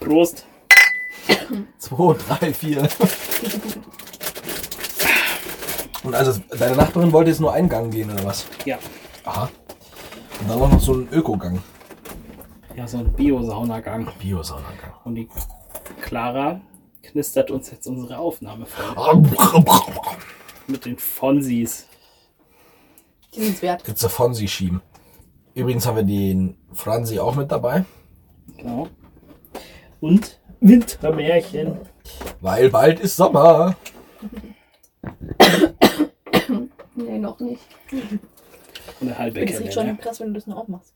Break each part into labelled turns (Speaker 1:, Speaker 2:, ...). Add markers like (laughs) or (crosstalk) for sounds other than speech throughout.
Speaker 1: Prost.
Speaker 2: 2, 3, 4. Und also, deine Nachbarin wollte jetzt nur einen Gang gehen, oder was?
Speaker 1: Ja.
Speaker 2: Aha. Und dann auch noch so einen Öko-Gang.
Speaker 1: Ja, so ein Bio-Saunagang.
Speaker 2: Bio-Sauna-Gang.
Speaker 1: Und die Clara knistert uns jetzt unsere Aufnahme voll. Mit den Fonsis.
Speaker 3: Die sind wert.
Speaker 2: Jetzt der Fonsi schieben. Übrigens haben wir den Franzi auch mit dabei,
Speaker 1: Genau. Und Wintermärchen.
Speaker 2: weil bald ist Sommer.
Speaker 3: Nee, noch nicht.
Speaker 1: Und der halbe
Speaker 3: Das riecht schon
Speaker 1: Kelle.
Speaker 3: krass, wenn du das nur aufmachst.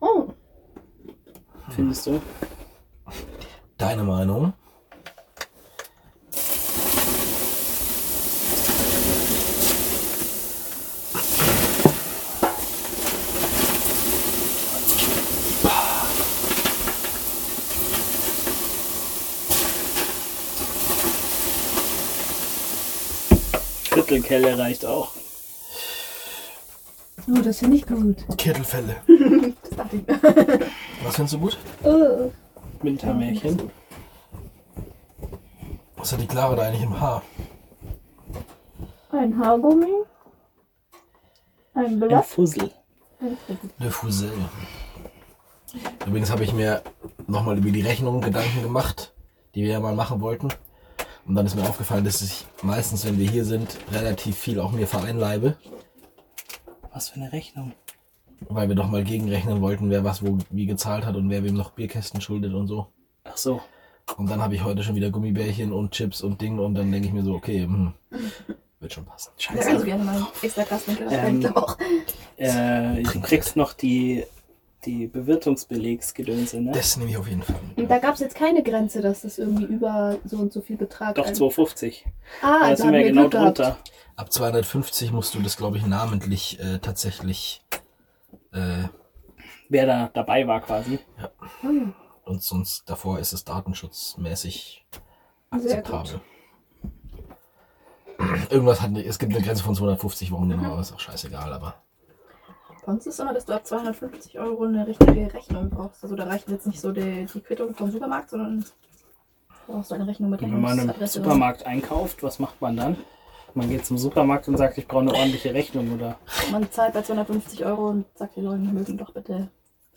Speaker 3: Oh,
Speaker 1: Findest du?
Speaker 2: Deine Meinung?
Speaker 1: Viertelkelle reicht auch.
Speaker 4: Oh, das ist ja nicht gut.
Speaker 2: Kittelfälle.
Speaker 3: (laughs) das dachte ich.
Speaker 2: Was findest du gut?
Speaker 3: Oh.
Speaker 1: Wintermärchen.
Speaker 2: Was hat die Clara da eigentlich im Haar?
Speaker 4: Ein Haargummi. Ein
Speaker 1: Ein
Speaker 4: Blatt.
Speaker 1: Fussel.
Speaker 4: Ein Fritz.
Speaker 2: Le Ne, Fusel. Übrigens habe ich mir nochmal über die Rechnung Gedanken gemacht, die wir ja mal machen wollten. Und dann ist mir aufgefallen, dass ich meistens, wenn wir hier sind, relativ viel auch mir vereinleibe,
Speaker 1: Was für eine Rechnung.
Speaker 2: weil wir doch mal gegenrechnen wollten, wer was wo wie gezahlt hat und wer wem noch Bierkästen schuldet und so.
Speaker 1: Ach so.
Speaker 2: Und dann habe ich heute schon wieder Gummibärchen und Chips und Ding und dann denke ich mir so, okay, hm, wird schon passen.
Speaker 3: Da
Speaker 1: Scheiße.
Speaker 3: kannst du gerne mal einen also extra Kasten
Speaker 1: Ähm.
Speaker 3: ähm. auch.
Speaker 1: Äh, du kriegst noch die, die Bewirtungsbelegsgedönse, ne?
Speaker 2: Das nehme ich auf jeden Fall.
Speaker 3: Und da gab es jetzt keine Grenze, dass das irgendwie über so und so viel Betrag.
Speaker 1: Doch
Speaker 3: ein-
Speaker 1: 250.
Speaker 3: Ah,
Speaker 1: Da
Speaker 3: also
Speaker 1: sind
Speaker 3: haben
Speaker 1: wir
Speaker 3: wir
Speaker 1: genau
Speaker 3: Glück gehabt.
Speaker 1: drunter.
Speaker 2: Ab 250 musst du das, glaube ich, namentlich äh, tatsächlich äh,
Speaker 1: Wer da dabei war quasi.
Speaker 3: Hm.
Speaker 2: und sonst davor ist es datenschutzmäßig
Speaker 3: Ah, Sehr
Speaker 2: akzeptabel. (clears throat) Irgendwas hat es gibt eine Grenze von 250, warum denn
Speaker 3: Mhm.
Speaker 2: aber ist auch scheißegal, aber
Speaker 3: Bei uns ist immer, dass du ab 250 Euro eine richtige Rechnung brauchst. Also da reicht jetzt nicht so die, die Quittung vom Supermarkt, sondern du brauchst eine Rechnung mit
Speaker 1: Und wenn man im
Speaker 3: Rechnungsadresse.
Speaker 1: Supermarkt einkauft, was macht man dann? Man geht zum Supermarkt und sagt, ich brauche eine ordentliche Rechnung oder
Speaker 3: Man zahlt bei 250 Euro und sagt, wir sollen mögen doch bitte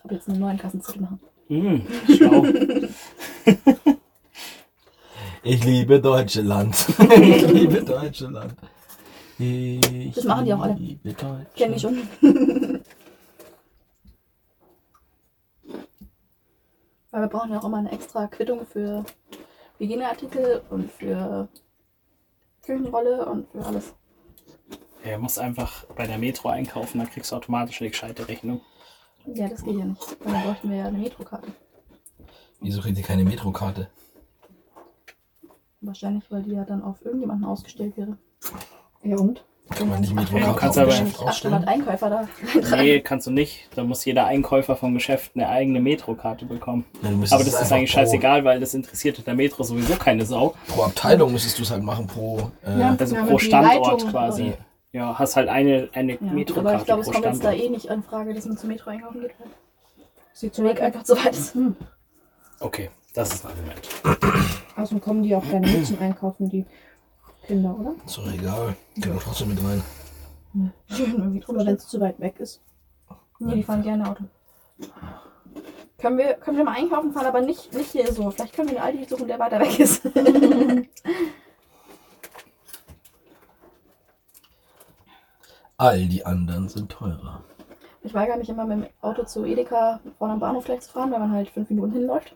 Speaker 3: ab jetzt einen neuen Kassenzettel machen.
Speaker 1: hm,
Speaker 3: (laughs)
Speaker 1: schlau.
Speaker 2: ich liebe Deutschland. (laughs) ich liebe Deutschland. Ich
Speaker 3: Das machen die auch alle.
Speaker 2: liebe Deutschland.
Speaker 3: Kenn ich schon. (laughs) Weil wir brauchen ja auch immer eine extra Quittung für Hygieneartikel und für Küchenrolle und für alles.
Speaker 1: ja, du musst einfach bei der Metro einkaufen, dann kriegst du automatisch eine gescheite
Speaker 3: (laughs)
Speaker 1: Rechnung.
Speaker 3: Ja, das geht ja nicht. Dann bräuchten wir ja eine Metrokarte.
Speaker 2: Wieso kriegt ihr keine Metrokarte?
Speaker 3: Wahrscheinlich, weil die ja dann auf irgendjemanden ausgestellt wäre.
Speaker 4: Ja und?
Speaker 2: Kann man nicht
Speaker 1: Ja,
Speaker 2: Metrokarte
Speaker 1: du kannst
Speaker 2: auf
Speaker 1: aber-
Speaker 2: dem
Speaker 3: Wahrscheinlich
Speaker 2: Schiff
Speaker 3: 800
Speaker 2: ausstellen?
Speaker 3: Einkäufer da.
Speaker 1: Nee, kannst du nicht. Da muss jeder Einkäufer vom Geschäft eine eigene Metrokarte bekommen.
Speaker 2: Dann müsstest
Speaker 1: Aber
Speaker 2: du es
Speaker 1: das ist
Speaker 2: einfach
Speaker 1: eigentlich
Speaker 2: pro-
Speaker 1: scheißegal, weil das interessiert in der Metro sowieso keine Sau.
Speaker 2: Pro Abteilung müsstest du es halt machen, pro. Äh,
Speaker 4: Ja.
Speaker 1: Also
Speaker 4: Ja,
Speaker 1: pro
Speaker 4: aber die
Speaker 1: Standort
Speaker 4: Leitung-
Speaker 1: quasi.
Speaker 2: Ja.
Speaker 1: Ja, hast halt eine, eine
Speaker 3: Ja, aber
Speaker 1: Metrokarte
Speaker 3: ich glaube, es
Speaker 1: pro
Speaker 3: kommt jetzt da
Speaker 1: Standort.
Speaker 3: eh nicht in Frage, dass man zum Metro einkaufen geht. weil
Speaker 4: Sieht
Speaker 3: Der Weg einfach zu weit ist.
Speaker 4: Hm.
Speaker 1: Okay, das ist ein Argument.
Speaker 4: Außerdem kommen die auch gerne mit zum Einkaufen, die Kinder, oder?
Speaker 2: Ist doch egal. Gehen wir trotzdem mit rein.
Speaker 3: Schön, im Metro
Speaker 4: Oder wenn es zu weit weg ist.
Speaker 3: Nee, die fahren gerne Auto. Können wir, können wir mal einkaufen fahren, aber nicht, nicht hier so. Vielleicht können wir einen Aldi suchen, der weiter weg ist.
Speaker 2: All die anderen sind teurer.
Speaker 3: (laughs) ich weigere mich immer mit dem Auto zu Edeka vorne am Bahnhof gleich zu fahren, weil man halt fünf Minuten hinläuft.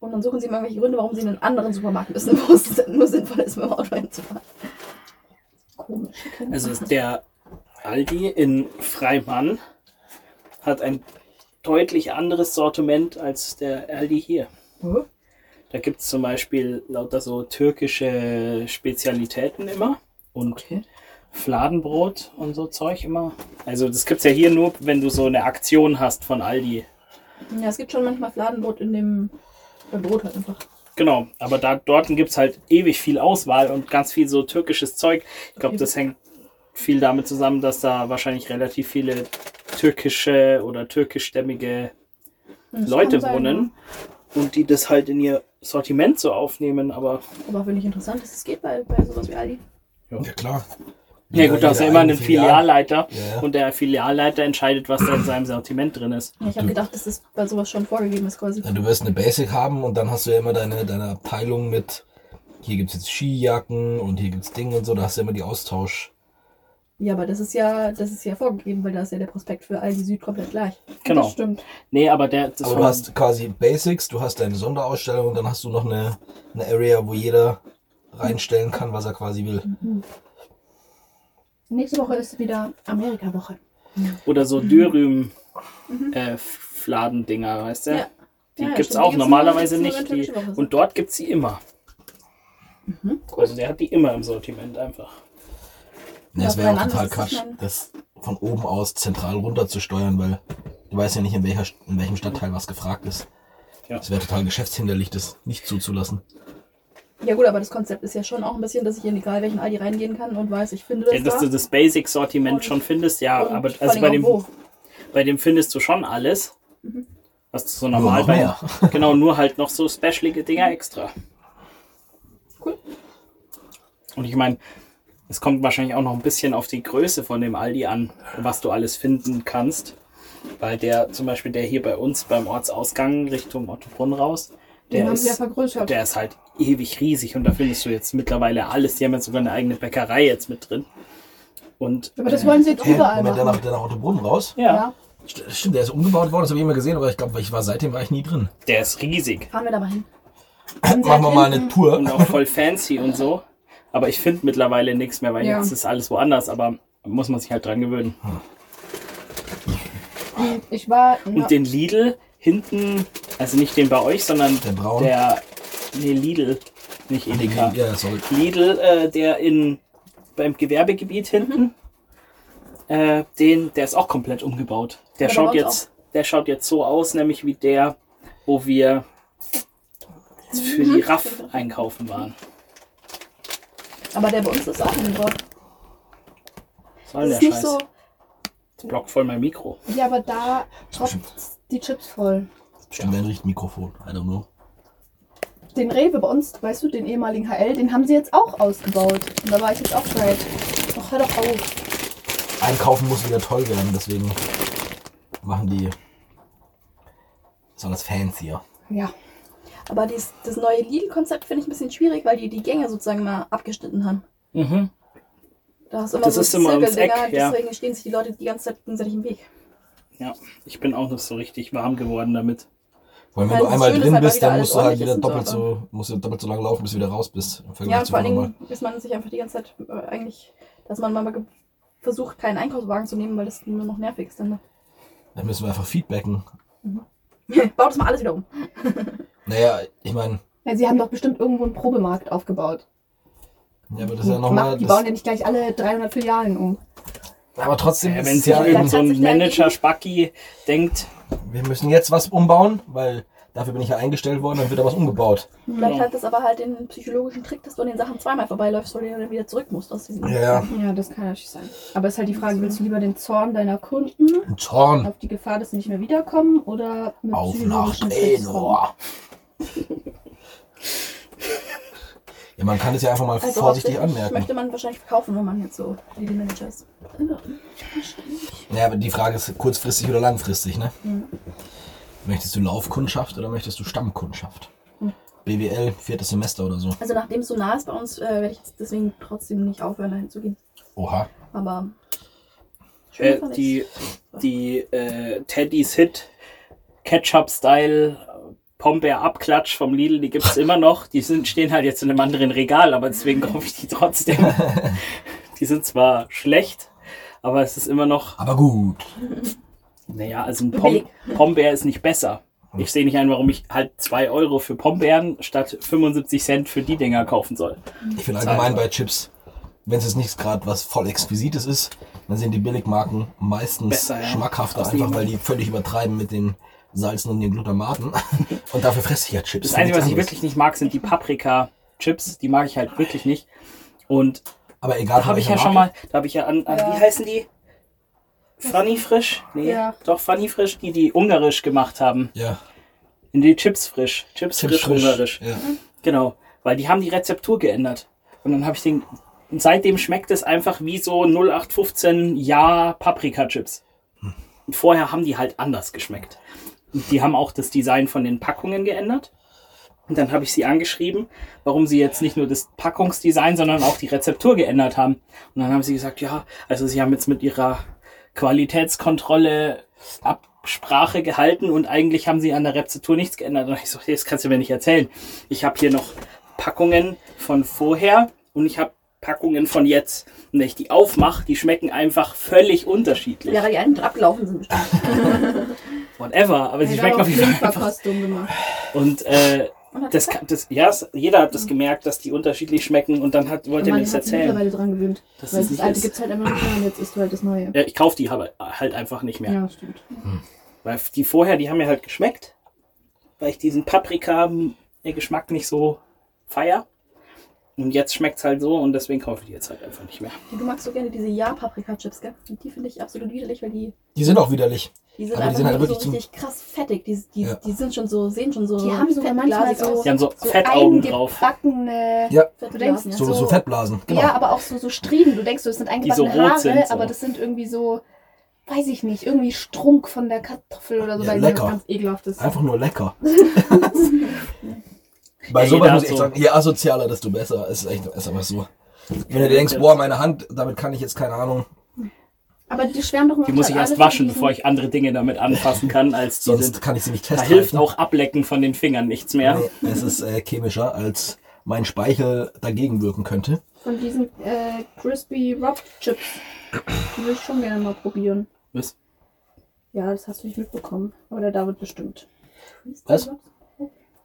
Speaker 3: Und dann suchen sie immer irgendwelche Gründe, warum sie in einen anderen Supermarkt müssen, wo es (laughs) nur sinnvoll ist, mit dem Auto hinzufahren.
Speaker 4: Komisch.
Speaker 1: Also ist der Aldi in Freimann hat ein deutlich anderes Sortiment als der Aldi hier.
Speaker 3: Mhm.
Speaker 1: Da gibt es zum Beispiel lauter so türkische Spezialitäten immer und Fladenbrot und so Zeug immer. Also das gibt es ja hier nur, wenn du so eine Aktion hast von Aldi.
Speaker 3: Ja, es gibt schon manchmal Fladenbrot in dem im Brot halt einfach.
Speaker 1: Genau, aber da dort gibt es halt ewig viel Auswahl und ganz viel so türkisches Zeug. Ich glaube, das hängt viel damit zusammen, dass da wahrscheinlich relativ viele türkische oder türkischstämmige
Speaker 3: Das
Speaker 1: Leute
Speaker 3: kann sein,
Speaker 1: wohnen und die das halt in ihr Sortiment so aufnehmen, aber
Speaker 3: ja. Aber finde ich interessant, dass es geht bei, bei sowas wie Aldi.
Speaker 2: Ja, klar.
Speaker 1: ja gut, da ist ja immer ein Filialleiter
Speaker 2: Ja, ja.
Speaker 1: und der Filialleiter entscheidet, was da in seinem Sortiment drin ist.
Speaker 3: Ja, Ich habe
Speaker 2: Du-
Speaker 3: gedacht, dass das bei sowas schon vorgegeben ist quasi.
Speaker 2: Ja, Du wirst eine Basic haben und dann hast du ja immer deine, deine Abteilung mit, hier gibt's jetzt Skijacken und hier gibt's Dinge und so, da hast du immer die Austausch.
Speaker 3: Ja, aber das ist ja, das ist ja vorgegeben, weil da ist ja der Prospekt für Aldi Süd komplett gleich.
Speaker 4: Das
Speaker 1: Genau.
Speaker 4: stimmt.
Speaker 1: Nee, aber der das
Speaker 2: Aber du hast quasi Basics, du hast deine Sonderausstellung und dann hast du noch eine, eine Area, wo jeder reinstellen kann, was er quasi will.
Speaker 4: Nächste Woche ist wieder
Speaker 1: (laughs)
Speaker 4: Amerika-Woche.
Speaker 1: oder so
Speaker 3: Mhm.
Speaker 1: Dürüm äh, Fladendinger, weißt du?
Speaker 3: Ja.
Speaker 1: Die
Speaker 3: Ja, ja,
Speaker 1: gibt's
Speaker 3: stimmt.
Speaker 1: auch
Speaker 3: Die gibt's
Speaker 1: normalerweise
Speaker 3: nur- die
Speaker 1: nicht.
Speaker 3: gibt's
Speaker 1: Die,
Speaker 3: nur in der türkischen Woche.
Speaker 1: und dort gibt's sie immer.
Speaker 3: Mhm.
Speaker 1: Also der hat die immer im Sortiment einfach.
Speaker 2: Ja, das
Speaker 3: Ja,
Speaker 2: wäre
Speaker 3: bei
Speaker 2: auch
Speaker 3: Land
Speaker 2: total
Speaker 3: ist es
Speaker 2: Quatsch,
Speaker 3: dann-
Speaker 2: das von oben aus zentral runter zu steuern, weil du weißt ja nicht, in, welcher, in welchem Stadtteil was gefragt ist.
Speaker 1: Ja.
Speaker 2: Das wäre total geschäftshinderlich, das nicht zuzulassen.
Speaker 3: Ja gut, aber das Konzept ist ja schon auch ein bisschen, dass ich in egal welchen Aldi reingehen kann und weiß, ich finde das
Speaker 1: Ja, dass du
Speaker 3: da.
Speaker 1: das Basic Sortiment
Speaker 3: Und-
Speaker 1: schon findest, ja,
Speaker 3: und
Speaker 1: aber
Speaker 3: vor
Speaker 1: also bei
Speaker 3: allem
Speaker 1: dem
Speaker 3: auch wo.
Speaker 1: bei dem findest du schon alles.
Speaker 4: Mhm.
Speaker 1: Was du so normal
Speaker 2: noch
Speaker 1: bei
Speaker 2: mehr.
Speaker 1: (laughs) genau nur halt noch so specialige
Speaker 4: Mhm.
Speaker 1: Dinger extra.
Speaker 3: Cool.
Speaker 1: Und ich meine, es kommt wahrscheinlich auch noch ein bisschen auf die Größe von dem Aldi an, was du alles finden kannst. Weil der, zum Beispiel der hier bei uns beim Ortsausgang Richtung Ottobrunn raus,
Speaker 4: Den
Speaker 1: der
Speaker 4: haben wir
Speaker 1: ist,
Speaker 4: vergrößert.
Speaker 1: der ist halt ewig riesig und da findest du jetzt mittlerweile alles. Die haben jetzt sogar eine eigene Bäckerei jetzt mit drin. Und äh,
Speaker 4: aber das wollen sie jetzt
Speaker 2: Hä?
Speaker 4: überall
Speaker 2: Moment, der nach,
Speaker 4: machen.
Speaker 2: der nach Autobrunnen raus?
Speaker 1: ja,
Speaker 4: Ja.
Speaker 2: St- Stimmt, der ist umgebaut worden, das habe ich immer gesehen, aber ich glaube, ich war seitdem war ich nie drin.
Speaker 1: der ist riesig
Speaker 3: Fahren wir da mal hin.
Speaker 4: Haben
Speaker 2: Machen
Speaker 4: sie
Speaker 2: wir
Speaker 4: halt
Speaker 2: mal eine
Speaker 4: hinten-
Speaker 2: Tour.
Speaker 1: und auch voll fancy und so. Aber ich finde mittlerweile nichts mehr, weil
Speaker 4: Ja.
Speaker 1: jetzt ist alles woanders. Aber muss man sich halt dran gewöhnen.
Speaker 4: Ich war.
Speaker 1: Und
Speaker 4: Ja,
Speaker 1: den Lidl hinten, also nicht den bei euch, sondern
Speaker 2: Der Braun.
Speaker 1: der nee, Lidl, nicht
Speaker 2: Nee,
Speaker 1: Edeka.
Speaker 2: Ja, sorry.
Speaker 1: Lidl, äh, der in beim Gewerbegebiet
Speaker 3: Mhm.
Speaker 1: hinten, äh, den, der ist auch komplett umgebaut. Der
Speaker 3: Ja,
Speaker 1: schaut
Speaker 3: bei uns
Speaker 1: jetzt, der schaut jetzt so aus, nämlich wie der, wo wir für
Speaker 3: Mhm.
Speaker 1: die Raff einkaufen waren.
Speaker 3: Aber der bei uns ist auch umgebaut.
Speaker 1: Was soll der
Speaker 3: Das ist nicht
Speaker 1: Scheiß?
Speaker 3: so.
Speaker 1: Jetzt blockt voll mein Mikro.
Speaker 4: ja, aber da tropft die Chips voll.
Speaker 2: Bestimmt ein richtiges Mikrofon. I don't know.
Speaker 4: Den Rewe bei uns, weißt du, den ehemaligen HL, den haben sie jetzt auch ausgebaut. Und da war ich jetzt auch seit. Ach, hör doch auf.
Speaker 2: Einkaufen muss wieder toll werden, deswegen machen die so das fancier.
Speaker 4: Ja.
Speaker 3: Aber dies, das neue Lidl-Konzept finde ich ein bisschen schwierig, weil die die Gänge sozusagen mal abgeschnitten haben.
Speaker 1: Mhm.
Speaker 3: Da hast du immer
Speaker 1: Das
Speaker 3: so
Speaker 1: ist immer ums
Speaker 3: Zirkeldinger,
Speaker 1: Eck, ja.
Speaker 3: deswegen stehen sich die Leute die ganze Zeit gegenseitig im Weg.
Speaker 1: Ja, ich bin auch nicht so richtig warm geworden damit.
Speaker 2: Weil wenn
Speaker 3: Weil
Speaker 2: du
Speaker 3: das
Speaker 2: einmal
Speaker 3: Schöne ist
Speaker 2: drin
Speaker 3: halt,
Speaker 2: bist, dann
Speaker 3: weil wieder
Speaker 2: musst du halt
Speaker 3: alles ordentlich
Speaker 2: wieder
Speaker 3: ist und
Speaker 2: doppelt
Speaker 3: so,
Speaker 2: so, musst du doppelt so lange laufen, bis du wieder raus bist. Im Vergleich
Speaker 3: Ja, und
Speaker 2: zu
Speaker 3: vor allen
Speaker 2: normal.
Speaker 3: Dingen ist man sich einfach die ganze Zeit äh, eigentlich, dass man mal ge- versucht, keinen Einkaufswagen zu nehmen, weil das nur noch nervig ist. Dann ne?
Speaker 2: Dann müssen wir einfach feedbacken.
Speaker 3: (laughs) baut das mal alles wieder um.
Speaker 2: Naja, ich meine,
Speaker 4: ja. Sie haben doch bestimmt irgendwo einen Probemarkt aufgebaut.
Speaker 2: ja, aber das ist ja
Speaker 4: Macht-
Speaker 2: nochmal.
Speaker 4: die bauen ja nicht gleich alle 300 Filialen um.
Speaker 2: Aber trotzdem
Speaker 1: Ja,
Speaker 2: ist
Speaker 1: Äh, wenn
Speaker 2: es
Speaker 1: sich
Speaker 2: ja
Speaker 1: irgend
Speaker 2: eben,
Speaker 1: so ein
Speaker 3: 20
Speaker 1: Manager Spacki denkt,
Speaker 2: wir müssen jetzt was umbauen, weil dafür bin ich ja eingestellt worden, dann wird da was umgebaut.
Speaker 3: Vielleicht
Speaker 1: Genau.
Speaker 3: hat das aber halt den psychologischen Trick, dass du an den Sachen zweimal vorbeiläufst, weil du dann wieder zurück musst aus diesem.
Speaker 2: Ja, ja.
Speaker 4: Ja, das kann natürlich sein. Aber es ist halt die Frage, willst du lieber den Zorn deiner Kunden
Speaker 2: Ein Zorn.
Speaker 4: auf die Gefahr, dass sie nicht mehr wiederkommen oder mit
Speaker 2: Auf nach
Speaker 4: psychologischen Tricks kommen?
Speaker 2: Lenor. ja, man kann es ja einfach mal
Speaker 3: Also
Speaker 2: vorsichtig
Speaker 3: hauptsächlich
Speaker 2: anmerken.
Speaker 3: möchte man wahrscheinlich verkaufen, wenn man jetzt so Lidl Manager ist.
Speaker 2: Ja, aber die Frage ist kurzfristig oder langfristig, ne? Möchtest du Laufkundschaft oder möchtest du Stammkundschaft? BWL, viertes Semester oder so.
Speaker 3: Also nachdem es so nah ist bei uns, äh, werde ich jetzt deswegen trotzdem nicht aufhören, dahin zu gehen.
Speaker 2: Oha.
Speaker 3: Aber schön
Speaker 1: äh,
Speaker 3: fand ich's.
Speaker 1: die, die äh, Teddy's Hit Ketchup-Style Pombeer-Abklatsch vom Lidl, die gibt's immer noch. Die sind, stehen halt jetzt in einem anderen Regal, aber deswegen kaufe ich die trotzdem. die sind zwar schlecht, aber es ist immer noch,
Speaker 2: Aber gut.
Speaker 1: naja, also ein Pom Pombeer ist nicht besser. Ich sehe nicht ein, warum ich halt 2 Euro für Pombeeren statt 75 Cent für die Dinger kaufen soll.
Speaker 2: Ich finde allgemein
Speaker 1: Zeit.
Speaker 2: bei Chips, wenn es jetzt nicht gerade was voll Exquisites ist, dann sind die Billigmarken meistens
Speaker 1: Besser, ja.
Speaker 2: schmackhafter,
Speaker 1: Aus
Speaker 2: einfach
Speaker 1: dem-
Speaker 2: weil die völlig übertreiben mit den Salzen und den
Speaker 1: (laughs)
Speaker 2: Glutamaten. Und dafür fresse ich ja Chips.
Speaker 1: Das Einzige, was ich
Speaker 2: Nichts anderes.
Speaker 1: wirklich nicht mag, sind die Paprika-Chips. Die mag ich halt wirklich nicht. Und
Speaker 2: Aber egal,
Speaker 1: Da habe ich ja
Speaker 2: welcher
Speaker 1: schon
Speaker 2: Marke.
Speaker 1: mal, da habe ich ja an, an
Speaker 4: Ja.
Speaker 1: wie heißen die? Funny Frisch? Nee,
Speaker 4: Ja.
Speaker 1: doch Funny Frisch, die die ungarisch gemacht haben.
Speaker 2: Ja,
Speaker 1: In die Chips Frisch. Chips,
Speaker 2: Chips
Speaker 1: frisch, ungarisch.
Speaker 2: Ja.
Speaker 1: Genau, weil die haben die Rezeptur geändert. Und dann habe ich den. Und seitdem schmeckt es einfach wie so 0815 Ja Paprika-Chips. Und Vorher haben die halt anders geschmeckt. Und die haben auch das Design von den Packungen geändert. Und dann habe ich sie angeschrieben, warum sie jetzt nicht nur das Packungsdesign, sondern auch die Rezeptur geändert haben. Und dann haben sie gesagt, ja, also sie haben jetzt mit ihrer Qualitätskontrolle Absprache gehalten und eigentlich haben sie an der Rezeptur nichts geändert. Und ich so, das kannst du mir nicht erzählen. Ich habe hier noch Packungen von vorher und ich habe Packungen von jetzt. Und wenn ich die aufmache, die schmecken einfach völlig unterschiedlich.
Speaker 3: Ja, die einen abgelaufen sind bestimmt.
Speaker 1: Whatever, aber sie
Speaker 4: Ja,
Speaker 1: schmecken
Speaker 4: da
Speaker 1: auf jeden Fall einfach.
Speaker 4: Blindverkostung gemacht.
Speaker 1: Und äh,
Speaker 3: Und hat
Speaker 1: das,
Speaker 3: gesagt,
Speaker 1: kann- das, ja, es- jeder hat das gemerkt, dass die unterschiedlich schmecken und dann hat, wollte er mir
Speaker 4: Mhm. Man
Speaker 1: das
Speaker 4: hat sich
Speaker 1: erzählen.
Speaker 4: mittlerweile dran gewöhnt.
Speaker 1: Das
Speaker 4: weil
Speaker 1: ist
Speaker 4: das
Speaker 1: nicht
Speaker 4: alte
Speaker 1: das-
Speaker 4: gibt es halt einfach nicht mehr und jetzt isst du halt das neue.
Speaker 1: Ja, ich kaufe die aber halt einfach nicht mehr.
Speaker 4: Ja, stimmt.
Speaker 1: Weil die vorher, die haben mir halt geschmeckt, weil ich diesen Paprika-Geschmack nicht so feier. Und jetzt schmeckt es halt so und deswegen kaufe ich die jetzt halt einfach nicht mehr.
Speaker 3: du magst so gerne diese Ja-Paprika-Chips, gell? Und die finde ich absolut widerlich, weil die,
Speaker 2: Die sind auch widerlich.
Speaker 3: die sind
Speaker 2: Aber die
Speaker 3: einfach
Speaker 2: sind halt
Speaker 3: nur
Speaker 2: wirklich
Speaker 3: so
Speaker 2: zum-
Speaker 3: richtig krass fettig. Die, die,
Speaker 2: Ja.
Speaker 3: die sind schon so, sehen schon so
Speaker 4: Die haben sogar manchmal
Speaker 3: fettglasig
Speaker 4: so,
Speaker 3: aus.
Speaker 1: Die haben so
Speaker 4: so
Speaker 1: Fettaugen drauf.
Speaker 4: eingebackene.
Speaker 2: Ja.
Speaker 4: Du denkst,
Speaker 3: Fettglasig, ja.
Speaker 2: So, so,
Speaker 4: So-
Speaker 2: Fettblasen. Genau.
Speaker 4: Ja, aber auch so, so Strieben. Du denkst, so, das sind
Speaker 1: Die so
Speaker 4: eingebackene
Speaker 1: rot
Speaker 4: Haare,
Speaker 1: sind, so.
Speaker 4: aber das sind irgendwie so, weiß ich nicht, irgendwie Strunk von der Kartoffel oder so,
Speaker 2: Ja,
Speaker 4: weil
Speaker 2: lecker.
Speaker 4: das ganz ekelhaft ist.
Speaker 2: Einfach nur lecker. (laughs) Bei
Speaker 1: Ja,
Speaker 2: sowas
Speaker 1: jeder
Speaker 2: muss ich
Speaker 1: hat
Speaker 2: echt
Speaker 1: so-
Speaker 2: sagen, je asozialer, desto besser. Es ist echt ist einfach so. Wenn du dir denkst, boah, meine Hand, damit kann ich jetzt keine Ahnung.
Speaker 4: Aber die schwärmen doch mal
Speaker 1: Die muss ich erst waschen, bevor ich andere Dinge damit anfassen kann, (laughs) als die
Speaker 2: Sonst
Speaker 1: sind.
Speaker 2: kann ich sie nicht
Speaker 1: Da
Speaker 2: testen.
Speaker 1: hilft auch Ablecken von den Fingern nichts mehr.
Speaker 2: Nee, es ist äh, chemischer, als mein Speichel dagegen wirken könnte.
Speaker 4: Von diesen äh, Crispy Rob Chips. Die würde ich schon gerne mal probieren.
Speaker 1: Was?
Speaker 4: Ja, das hast du nicht mitbekommen. Aber der David bestimmt.
Speaker 2: Was?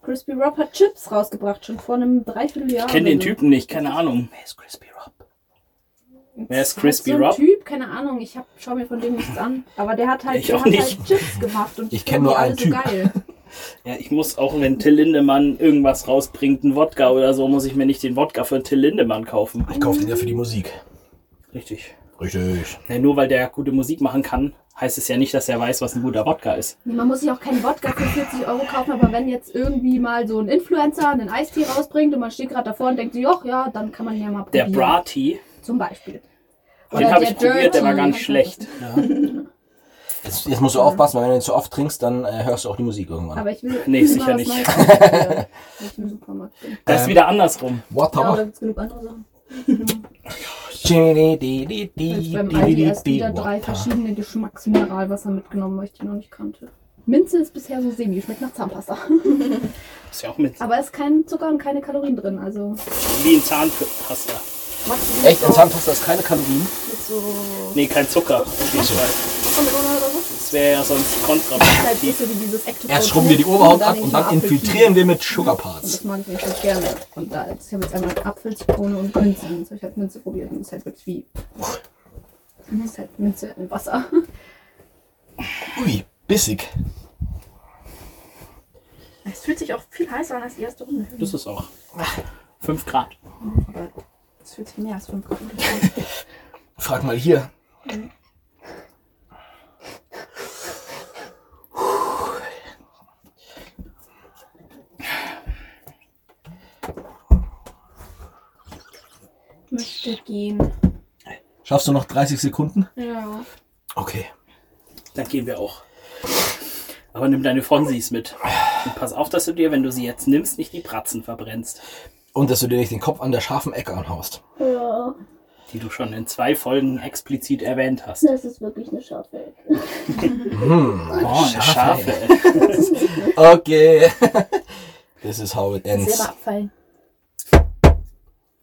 Speaker 4: Crispy Rob hat Chips rausgebracht, schon vor einem Dreivierteljahr.
Speaker 1: Ich kenne den
Speaker 4: oder so.
Speaker 1: Typen nicht, keine Ahnung. Wer ist Crispy Rob? Wer ist
Speaker 4: Halt
Speaker 1: Crispy
Speaker 4: so ein
Speaker 1: Rob?
Speaker 4: Typ, keine Ahnung, ich hab, schau mir von dem nichts an. Aber der hat halt,
Speaker 1: Ich
Speaker 4: der
Speaker 1: auch
Speaker 4: hat
Speaker 1: nicht.
Speaker 4: halt Chips gemacht und
Speaker 2: Ich
Speaker 4: die
Speaker 2: kenn
Speaker 4: finden
Speaker 2: nur
Speaker 4: die alle
Speaker 2: einen Typ.
Speaker 4: So geil.
Speaker 1: Ja, ich muss auch, wenn Till Lindemann irgendwas rausbringt, einen Wodka oder so, muss ich mir nicht den Wodka für Till Lindemann kaufen.
Speaker 2: Ich kaufe den ja für die Musik.
Speaker 1: Richtig.
Speaker 2: Richtig.
Speaker 1: Ja, nur weil der gute Musik machen kann, heißt es ja nicht, dass er weiß, was ein guter Wodka ist.
Speaker 4: Man muss sich auch keinen Wodka für 40 Euro kaufen, aber wenn jetzt irgendwie mal so ein Influencer einen Eistee rausbringt und man steht gerade davor und denkt sich, ach ja, dann kann man ja mal
Speaker 1: Der
Speaker 4: probieren.
Speaker 1: Bra-Tea,
Speaker 4: Zum Beispiel.
Speaker 1: den habe ich
Speaker 4: der
Speaker 1: probiert, der war gar
Speaker 4: Dirty.
Speaker 1: nicht schlecht.
Speaker 2: Jetzt, jetzt musst du aufpassen, weil wenn du den zu oft trinkst, dann äh, hörst du auch die Musik irgendwann.
Speaker 4: Aber ich will
Speaker 1: Nee,
Speaker 4: immer
Speaker 1: sicher
Speaker 4: was
Speaker 1: nicht. (laughs)
Speaker 4: Neues ausprobieren, wenn ich im Supermarkt bin.
Speaker 1: Das ist
Speaker 2: Ähm.
Speaker 1: wieder andersrum.
Speaker 3: Ja, da
Speaker 2: Water.
Speaker 3: gibt es genug andere Sachen.
Speaker 4: Jetzt beim Aldi erst wieder drei verschiedene Geschmacksmineralwasser mitgenommen, weil ich die noch nicht kannte. Minze ist bisher so semi, schmeckt nach Zahnpasta. (laughs)
Speaker 1: Ist ja auch mit
Speaker 4: Aber ist kein Zucker und keine Kalorien drin, also.
Speaker 1: wie ein Zahnpasta.
Speaker 3: Machst du
Speaker 2: Echt, in
Speaker 3: so,
Speaker 2: Zahnpasta ist keine Kalorien.
Speaker 3: mit so
Speaker 1: Nee, kein Zucker. Auf jeden Fall.
Speaker 3: Wassermelone oder so?
Speaker 1: Das wäre ja sonst
Speaker 4: Halt ist
Speaker 1: kontraproduktiv.
Speaker 4: so wie dieses Ektopod-
Speaker 2: Erst schrubben wir die Oberhaut
Speaker 4: dann
Speaker 2: ab
Speaker 4: nehme
Speaker 2: und
Speaker 4: ich mal
Speaker 2: dann
Speaker 4: Apfelkiefer.
Speaker 2: infiltrieren wir mit
Speaker 4: Und
Speaker 2: Sugarparts.
Speaker 4: das mag ich richtig gerne. Und da jetzt, ich habe jetzt einmal Apfel, Zitrone und Minze. Und Jetzt habe ich halt Minze probiert und es ist halt wirklich wie. Das ist halt Minze in Wasser.
Speaker 2: Ui, bissig.
Speaker 3: Es fühlt sich auch viel heißer an als die erste Runde.
Speaker 1: Das ist auch. 5 Grad.
Speaker 3: Aber es fühlt sich mehr als 5 Grad an.
Speaker 2: Frag mal hier.
Speaker 4: Müsste gehen.
Speaker 2: Schaffst du noch 30 Sekunden?
Speaker 4: Ja.
Speaker 2: Okay.
Speaker 1: Dann gehen wir auch. Aber nimm deine Fonsis mit. Und pass auf, dass du dir, wenn du sie jetzt nimmst, nicht die Bratzen verbrennst,
Speaker 2: Und dass du dir nicht den Kopf an der scharfen Ecke anhaust.
Speaker 5: Ja,
Speaker 1: die du schon in zwei Folgen explizit erwähnt hast.
Speaker 5: das ist wirklich eine Schafe.
Speaker 2: Hm, eine
Speaker 1: Oh, eine
Speaker 2: scharfe
Speaker 1: Schafe.
Speaker 2: Ecke. Okay. (laughs) This is how it ends.
Speaker 3: Selber abfallen.